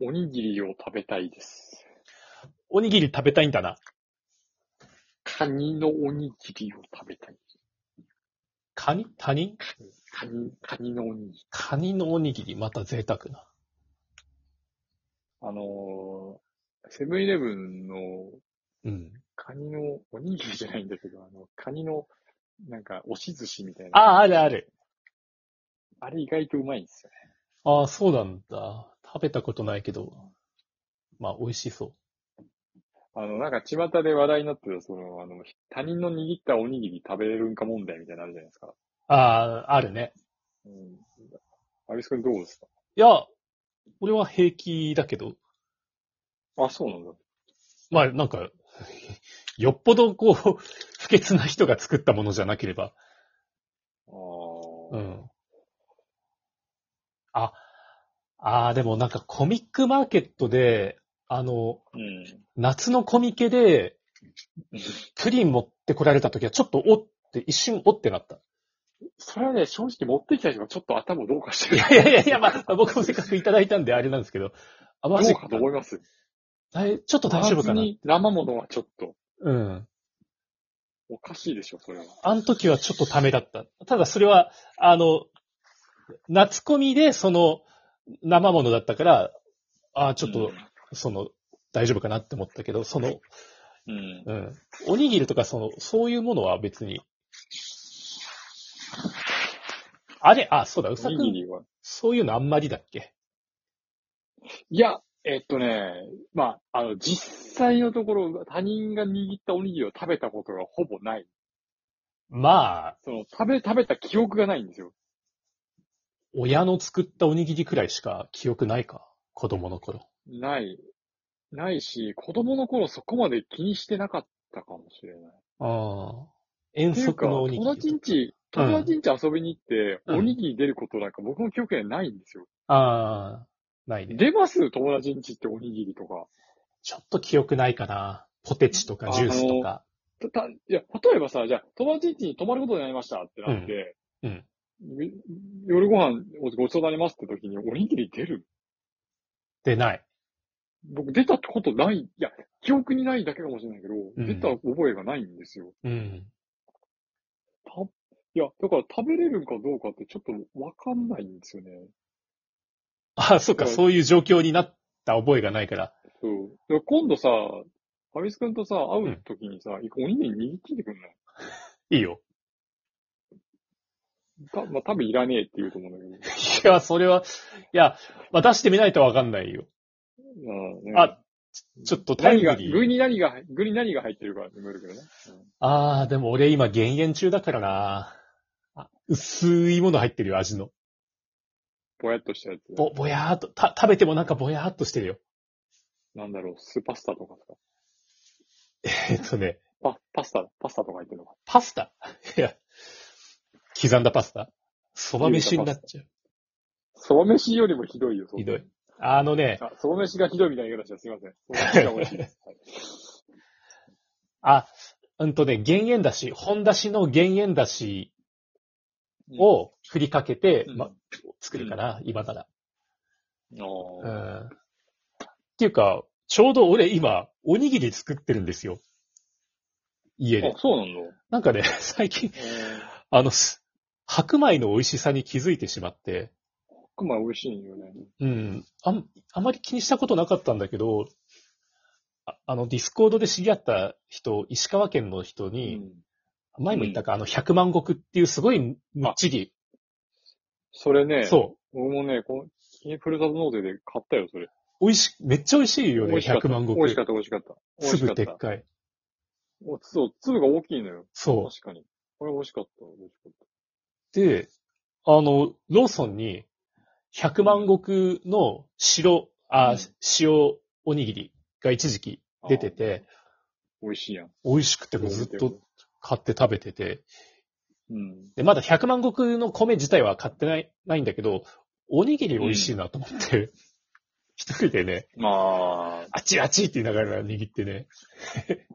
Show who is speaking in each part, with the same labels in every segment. Speaker 1: おにぎりを食べたいです。
Speaker 2: おにぎり食べたいんだな。
Speaker 1: カニのおにぎりを食べたい。
Speaker 2: カニ他人
Speaker 1: カニ、カニのおにぎり。
Speaker 2: カニのおにぎり、また贅沢な。
Speaker 1: あのー、セブンイレブンの
Speaker 2: うん。
Speaker 1: カニのおにぎりじゃないんだけど、あの、カニのなんか押し寿司みたいな。
Speaker 2: ああ、あるある。
Speaker 1: あれ意外とうまいんですよね。
Speaker 2: ああ、そうなんだ。食べたことないけど。まあ、美味しそ
Speaker 1: あの、なんか巷で話題になってる、その、あの、他人の握ったおにぎり食べれるんか問題みたいなのあるじゃないですか。
Speaker 2: う。ああ、あるね。
Speaker 1: うん。アビス君どうですか
Speaker 2: いや、俺は平気だけど、
Speaker 1: あ、そうなんだ。
Speaker 2: まあ、なんか、 よっぽどこう、 不潔な人が作ったものじゃなければ。
Speaker 1: あ
Speaker 2: う
Speaker 1: ー
Speaker 2: ん。あ、ああ、でもなんかコミックマーケットで、あの、
Speaker 1: うん。
Speaker 2: 夏のコミケで
Speaker 1: うん、
Speaker 2: プリン持ってこられた時はちょっとおって、一瞬おってなった。
Speaker 1: それはね、正直持ってきた人がちょっと頭どうかして
Speaker 2: い
Speaker 1: る。
Speaker 2: やいやいや いや、まあ、僕もせっかくいただいたんであれなんですけど。あ、
Speaker 1: ど
Speaker 2: マジ
Speaker 1: う
Speaker 2: か
Speaker 1: かと。思います。
Speaker 2: えちょっと大丈夫か
Speaker 1: 別
Speaker 2: な。
Speaker 1: に生物はちょっと、
Speaker 2: うん。
Speaker 1: おかしいでしょ、それは。
Speaker 2: あの時はちょっとためだった。ただそれは、あの、夏コミでその生ものだったから、ああ、ちょっと、その、大丈夫かなって思ったけど、その、
Speaker 1: うん。うん。
Speaker 2: うん。おにぎりとか、その、そういうものは別に。あれあ、そうだ、う
Speaker 1: お
Speaker 2: さく
Speaker 1: にぎり
Speaker 2: ん、
Speaker 1: は。
Speaker 2: そういうのあんまりだっけ
Speaker 1: いや、えっとね、まあ、あの、実際のところ、他人が握ったおにぎりを食べたことがほぼない。
Speaker 2: まあ、
Speaker 1: その、食べ、食べた記憶がないんですよ。
Speaker 2: 親の作ったおにぎりくらいしか記憶ないか。子供の頃。
Speaker 1: ない。ないし、子供の頃そこまで気にしてなかったかもしれない。
Speaker 2: ああ。遠
Speaker 1: っていう
Speaker 2: 足
Speaker 1: か、
Speaker 2: のおに
Speaker 1: 友
Speaker 2: ぎ
Speaker 1: 達
Speaker 2: り
Speaker 1: ん。ち、友達んち遊びに行って、
Speaker 2: うん
Speaker 1: おにぎり出ることなんか僕の記憶にはないんですよ。
Speaker 2: ああ、ないね。
Speaker 1: 出ます友達んちっておにぎりとか。
Speaker 2: ちょっと記憶ないかな。ポテチとかジュースとか。
Speaker 1: た、た、いや、例えばさ、じゃあ、友達んちに泊まることになりましたってなって、
Speaker 2: うん
Speaker 1: み夜ご飯ごごちそうになりますって時に、おにぎり出る
Speaker 2: でない。
Speaker 1: 僕出たことない、いや、記憶にないだけかもしれないけど、
Speaker 2: うん
Speaker 1: 出た覚えがないんですよ。
Speaker 2: うん。
Speaker 1: た、いや、だから食べれるかどうかってちょっとわかんないんですよね。
Speaker 2: ああ、そうか、
Speaker 1: そう
Speaker 2: そういう状況になった覚えがないから。
Speaker 1: そう。だから今度さ、ハビス君とさ、会う時にさ、おにぎり握ってきてくんない
Speaker 2: いいよ。
Speaker 1: た、まあ、多分いらねえって言うと思うんだけど。
Speaker 2: いや、それは、いや、まあ、出してみないとわかんないよ。
Speaker 1: うん
Speaker 2: あちょっとタイ
Speaker 1: 何
Speaker 2: ム
Speaker 1: が、
Speaker 2: リ
Speaker 1: 具
Speaker 2: ー。
Speaker 1: に何が、具に何が入ってるかにもよるけどね。
Speaker 2: ああ、でも俺今減塩中だからな。あ薄いもの入ってるよ、味の。
Speaker 1: ぼやっとしたやつ。
Speaker 2: ぼ、ぼやーっと、た、食べてもなんかぼやーっとしてるよ。
Speaker 1: なんだろう、スーパスタとかさ。
Speaker 2: えっとね、
Speaker 1: パ、パスタ、パスタとか入ってるのか。
Speaker 2: パスタ。いや、刻んだパスタ。そば飯になっちゃ。
Speaker 1: そば飯よりもひどいよ、そうう
Speaker 2: ひどい。。あのね、
Speaker 1: あ、そば飯がひどいみたいな言い方したすいません。そば飯が美味しいです。 はい
Speaker 2: あ、うんとね、減塩だし、本だしの減塩だしを振りかけて、
Speaker 1: うん
Speaker 2: ま、作るかな、今なら。
Speaker 1: あー
Speaker 2: うんっていうか、ちょうど俺今、おにぎり作ってるんですよ。家で
Speaker 1: あ、。そうなんだ。
Speaker 2: なんかね、 最近、
Speaker 1: うん
Speaker 2: あの、す白米の美味しさに気づいてしまって、
Speaker 1: 白米美味しいんよね。
Speaker 2: うん、あん、あまり気にしたことなかったんだけど、ああの、ディスコードで知り合った人、石川県の人
Speaker 1: う
Speaker 2: に、
Speaker 1: ん。
Speaker 2: 前も言ったか、あの、百万石っていうすごいむっちり、
Speaker 1: それね、
Speaker 2: そ
Speaker 1: 僕もね、この、ふるさと納税で買ったよ、それ。
Speaker 2: う、美味し、めっちゃ美味しいよ
Speaker 1: 美
Speaker 2: ね、
Speaker 1: 味しかった。
Speaker 2: 百
Speaker 1: 美
Speaker 2: 万石。
Speaker 1: 味しかった、美味しかった。美味しか
Speaker 2: 粒
Speaker 1: っ。
Speaker 2: でったかい。
Speaker 1: おそう、粒が大きいのよ。
Speaker 2: そう。
Speaker 1: 確かに。これ美味しかった、美味しかっ
Speaker 2: で、あの、ローソンに、百万石の白、あ、
Speaker 1: うん
Speaker 2: 塩おにぎりが一時期
Speaker 1: た。
Speaker 2: 出てて、
Speaker 1: あー。美味しいやん。
Speaker 2: 美味しくてもうずっと買って食べてて、
Speaker 1: うん。
Speaker 2: で、まだ百万石の米自体は買ってない、ないんだけど、おにぎり美味しいなと思って、一人でね、
Speaker 1: まあ、
Speaker 2: あっちいあっちいって言いながら握ってね、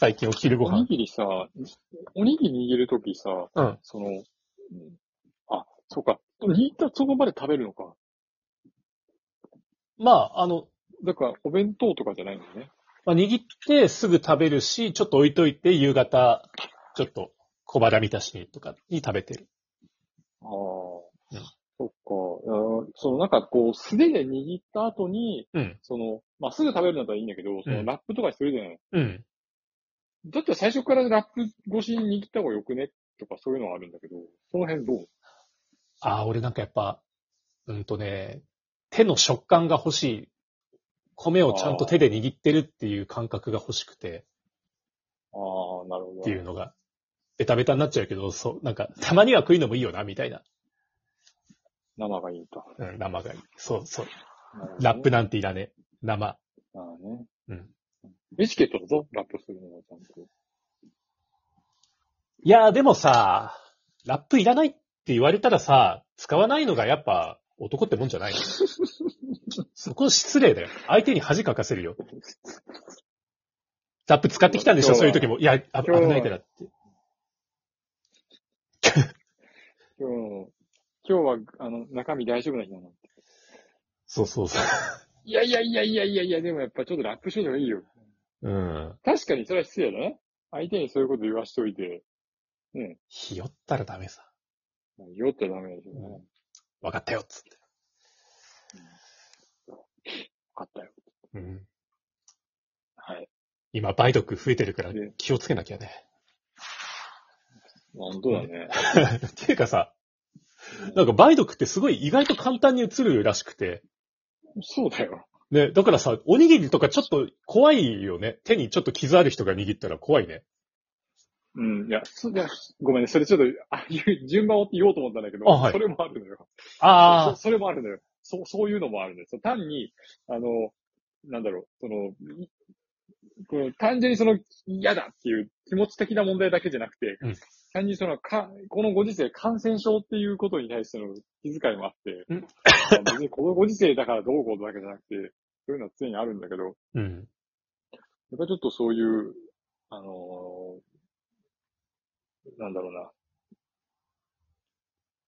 Speaker 2: 最近お昼ご
Speaker 1: おに
Speaker 2: 飯。
Speaker 1: ぎりさ、おにぎり握るときさ、
Speaker 2: うん
Speaker 1: その、うんあ、そうか、握ったそこまで食べるのか。
Speaker 2: まあ、あの、
Speaker 1: だから、お弁当とかじゃないんだね。
Speaker 2: まあ、握ってすぐ食べるし、ちょっと置いといて夕方、ちょっと小腹満たしとかに食べてる。
Speaker 1: ああ
Speaker 2: うん。
Speaker 1: そっか。あーそのなんかこう、素手で握った後に、
Speaker 2: うん。そ
Speaker 1: その、まあ、すぐ食べるんだったらいいんだけど、その
Speaker 2: うん
Speaker 1: ラップとかするじゃない。
Speaker 2: うん。
Speaker 1: だったら最初からラップ越しに握った方がよくねとかそういうのはあるんだけど、その辺どう
Speaker 2: ああ、俺なんかやっぱ、うんとね、手の食感が欲しい。米をちゃんと手で握ってるっていう感覚が欲しくて、
Speaker 1: ああ、なるほど。
Speaker 2: っていうのが、ベタベタになっちゃうけど、そう、なんか、たまには食いのもいいよな、みたいな。
Speaker 1: 生がいいと。
Speaker 2: うん、生がいい。そうそう。
Speaker 1: なるほどね
Speaker 2: ラップなんていらねえ。生。
Speaker 1: ああね。
Speaker 2: うん。
Speaker 1: ビスケットだぞ、ラップするのはちゃんと。
Speaker 2: いやーでもさ、ラップいらないって言われたらさ、使わないのがやっぱ男ってもんじ ゃないのそこ失礼だよ。相手に恥かかせるよ。ラップ使ってきたんでしょ
Speaker 1: 今日
Speaker 2: そうい
Speaker 1: は
Speaker 2: う時も。いや、あ危
Speaker 1: 今日は
Speaker 2: ないからって。
Speaker 1: 今日、今日は、あの、中身大丈夫な日なの
Speaker 2: そうそうそ
Speaker 1: いやいやいやいやいやいや、でもやっぱちょっとラップしといた方がいいよ。
Speaker 2: う。うん。
Speaker 1: 確かにそれは失礼だね。相手にそういうこと言わしといて、ね、
Speaker 2: ひよったらダメさ。
Speaker 1: 酔ったらダメでしょうね。分
Speaker 2: わかったよ、つって。
Speaker 1: かったよ。
Speaker 2: うん。
Speaker 1: はい。
Speaker 2: 今、梅毒増えてるから
Speaker 1: ね
Speaker 2: 気をつけなきゃね。
Speaker 1: 本当だね。
Speaker 2: っていうかさ、なんか梅毒ってすごい意外と簡単に移るらしくて。
Speaker 1: そうだよ。
Speaker 2: ね、だからさ、おにぎりとかちょっと怖いよね。手にちょっと傷ある人が握ったら怖いね。
Speaker 1: うん、いや、そいやごめんね、それちょっと、あ いう順番を追って言おうと思ったんだけど、
Speaker 2: あはい
Speaker 1: それもあるのよ。そ
Speaker 2: あ
Speaker 1: それもあるのよ。そう、そういうのもあるんですよ。単に、あの、なんだろう、その、いこの単純にその嫌だっていう気持ち的な問題だけじゃなくて、
Speaker 2: うん
Speaker 1: 単にそのか、このご時世感染症っていうことに対しての気遣いもあって、
Speaker 2: うん
Speaker 1: あ別にこのご時世だからどうこうだけじゃなくて、そういうのは常にあるんだけど、やっ
Speaker 2: あ。うん。
Speaker 1: ぱりちょっとそういう、あのーなんだろうな。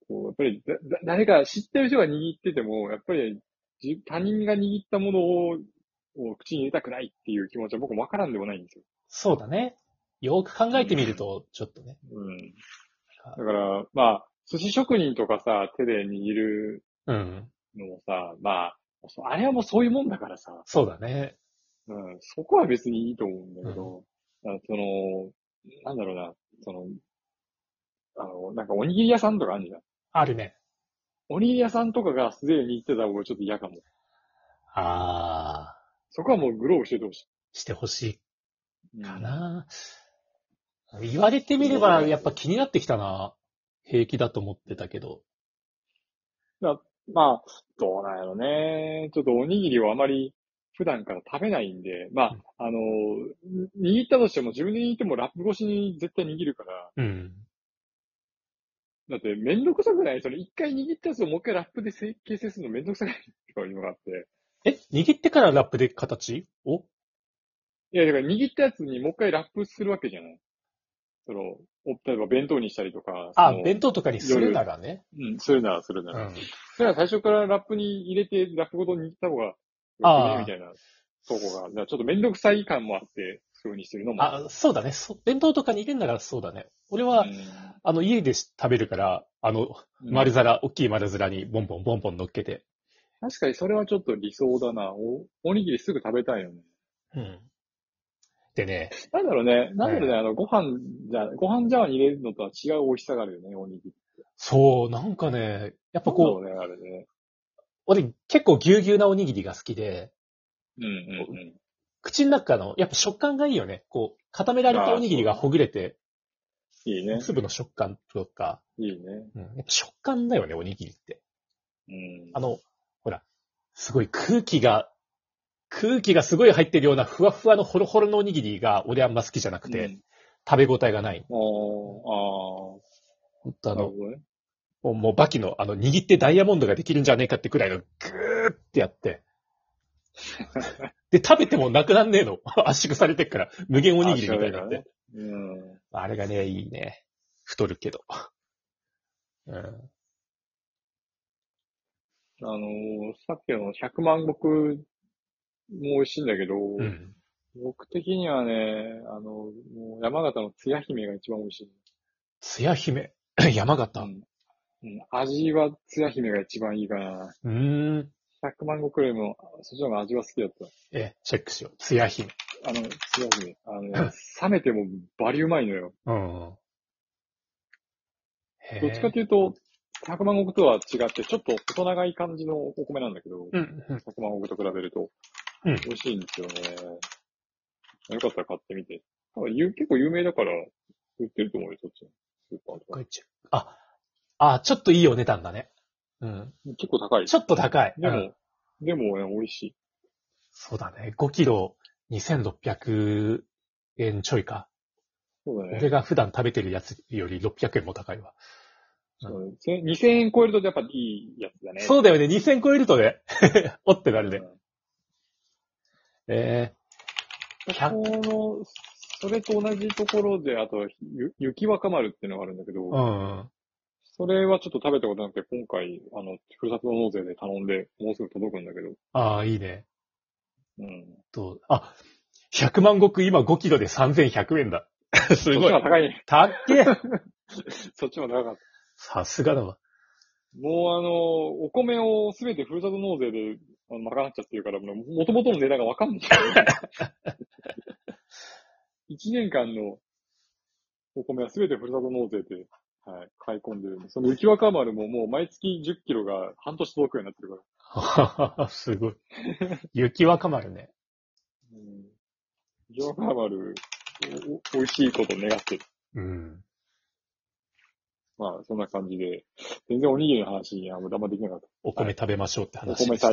Speaker 1: こうやっぱりだだ、誰か知ってる人が握ってても、やっぱりじ他人が握ったものをを口に入れたくないっていう気持ちは僕もわからんでもないんですよ。
Speaker 2: そうだね。よく考えてみると、ちょっとね。
Speaker 1: うん。だから、まあ、寿司職人とかさ、手で握る
Speaker 2: うん。
Speaker 1: のもさ、まあ、そあれはもうそういうもんだからさ、
Speaker 2: そうだね。
Speaker 1: うん、そこは別にいいと思うんだけど、あその、なんだろうな、その、あの、なんかおにぎり屋さんとかあるじゃん。
Speaker 2: あるね。
Speaker 1: おにぎり屋さんとかが素手で握ってたら俺ちょっと嫌かも。
Speaker 2: ああ。
Speaker 1: そこはもうグローブしててほし
Speaker 2: してほし
Speaker 1: い。
Speaker 2: いかな。言われてみれば、やっぱ気になってきたな。平気だと思ってたけど。
Speaker 1: まあ、どうなんやろね。ちょっとおにぎりをあまり普段から食べないんで、まあ、あの、に握ったとしても自分で握ってもラップ越しに絶対握るから、
Speaker 2: うん。
Speaker 1: だってめんどくさくないそれ一回握ったやつをもう一回ラップで成形成するのめんどくさくないとかいうのがあって。
Speaker 2: え、握ってからラップで形を
Speaker 1: いや、だから握ったやつにもう一回ラップするわけじゃないその、お例えば弁当にしたりとか。
Speaker 2: あ
Speaker 1: その、
Speaker 2: 弁当とかにするならね。
Speaker 1: うん、するならするな
Speaker 2: う
Speaker 1: ら。
Speaker 2: ん。
Speaker 1: それは最初からラップに入れて、ラップごとに握った方が、よくね
Speaker 2: あー
Speaker 1: みたいな、とこが、だからちょっとめんどくさい感もあって、そういう風にしてるのも。
Speaker 2: あ、そうだね。そ弁当とかに入れんならそうだね。俺は、あの、家でし食べるから、あの、
Speaker 1: うん
Speaker 2: 丸皿、大きい丸皿にボンボンボンボン乗っけて。
Speaker 1: 確かにそれはちょっと理想だな。お、おにぎりすぐ食べたいよね。
Speaker 2: うん。でね、
Speaker 1: なんだろうね。なんだろうね。あの、ご飯じゃ、ご飯茶碗に入れるのとは違う美味しさがあるよね、おにぎり。
Speaker 2: そう、なんかね、やっぱこう、
Speaker 1: なんだろうね、
Speaker 2: 俺結構ぎゅうぎゅうなおにぎりが好きで、
Speaker 1: あれね。うんうんうん。
Speaker 2: 口の中の、やっぱ食感がいいよね。こう、固められたおにぎりがほぐれて、
Speaker 1: いいね。
Speaker 2: 粒の食感とか、
Speaker 1: いいね。
Speaker 2: うん、やっぱ食感だよね、おにぎりって。
Speaker 1: うん。
Speaker 2: あの、ほら、すごい空気が、空気がすごい入ってるようなふわふわのホロホロのおにぎりが俺あんま好きじゃなくて、
Speaker 1: うん
Speaker 2: 食べ応えがない。
Speaker 1: あー
Speaker 2: ほんと
Speaker 1: あー、
Speaker 2: あ
Speaker 1: なる
Speaker 2: の
Speaker 1: ほ、どね。
Speaker 2: もうもうバキの、あの、握ってダイヤモンドができるんじゃねえかってくらいの、ぐーってやって。で、食べてもなくなんねえの。 圧縮されてっから、無限おにぎりみたいになって。
Speaker 1: うん。
Speaker 2: あれがね、いいね。太るけど。うん。
Speaker 1: あのーさっきの100万石も美味しいんだけど、
Speaker 2: うん。
Speaker 1: 僕的にはね、あの、もう山形のつや姫が一番美味しい。
Speaker 2: つや姫。 山形。う
Speaker 1: うん、味はつや姫が一番いいかな。
Speaker 2: ーん。
Speaker 1: 100万石よりも、そっちの方が味は好きだっ
Speaker 2: え、チェックしよう。つや姫。
Speaker 1: た。あの、つや姫。あ の、冷めてもバリうまいのよ。
Speaker 2: うん。へえ
Speaker 1: どっちかというと、100万石とは違って、ちょっと大人がいい感じのお米なんだけど、
Speaker 2: うん、うん。
Speaker 1: 100万石と比べると、
Speaker 2: うん
Speaker 1: 美味しいんですよね。よかったら買ってみて。多分ゆ結構有名だから、売ってると思うよ、そっちの。スーパーとか。
Speaker 2: こっちあ、あ、ちょっといいお値段だね。うん。
Speaker 1: 結構高い。
Speaker 2: ちょっと高い。
Speaker 1: でも、
Speaker 2: うん
Speaker 1: でも、ね、美味しい。
Speaker 2: そうだね。5キロ2600円ちょいか。
Speaker 1: そうだね。
Speaker 2: 俺が普段食べてるやつより600円も高いわ。
Speaker 1: そうせ2000円超えるとやっぱいいやつだね。
Speaker 2: そうだよね。2000超えるとね。 おってなるね。
Speaker 1: ね。
Speaker 2: え
Speaker 1: そこの、それと同じところで、あと、ゆ雪若丸っていうのがあるんだけど、
Speaker 2: えうん。
Speaker 1: それはちょっと食べたことなくて、今回、あの、ふるさと納税で頼んで、もうすぐ届くんだけど、
Speaker 2: ああ、いいね。
Speaker 1: うん。
Speaker 2: と、あ、100万石今5キロで3100円だ。 す
Speaker 1: そっ
Speaker 2: ご。
Speaker 1: ち はい高いね。
Speaker 2: たっけ
Speaker 1: そっちも高かった。
Speaker 2: さすがだわ。
Speaker 1: もうあの、お米をすべてふるさと納税であの賄っちゃってるから、もう元々の値段がわかんない。一年間のお米はすべてふるさと納税で、はい、買い込んでるんでその雪若丸ももう毎月10キロが半年届くようになってるから。
Speaker 2: すごい。雪若丸ね。
Speaker 1: うん、雪若丸、おお美味しいこと願ってる。
Speaker 2: うん。
Speaker 1: まあ、そんな感じで、全然おにぎりの話にはあんまできなかった。
Speaker 2: お米食べましょうって話
Speaker 1: お
Speaker 2: でした。
Speaker 1: 米最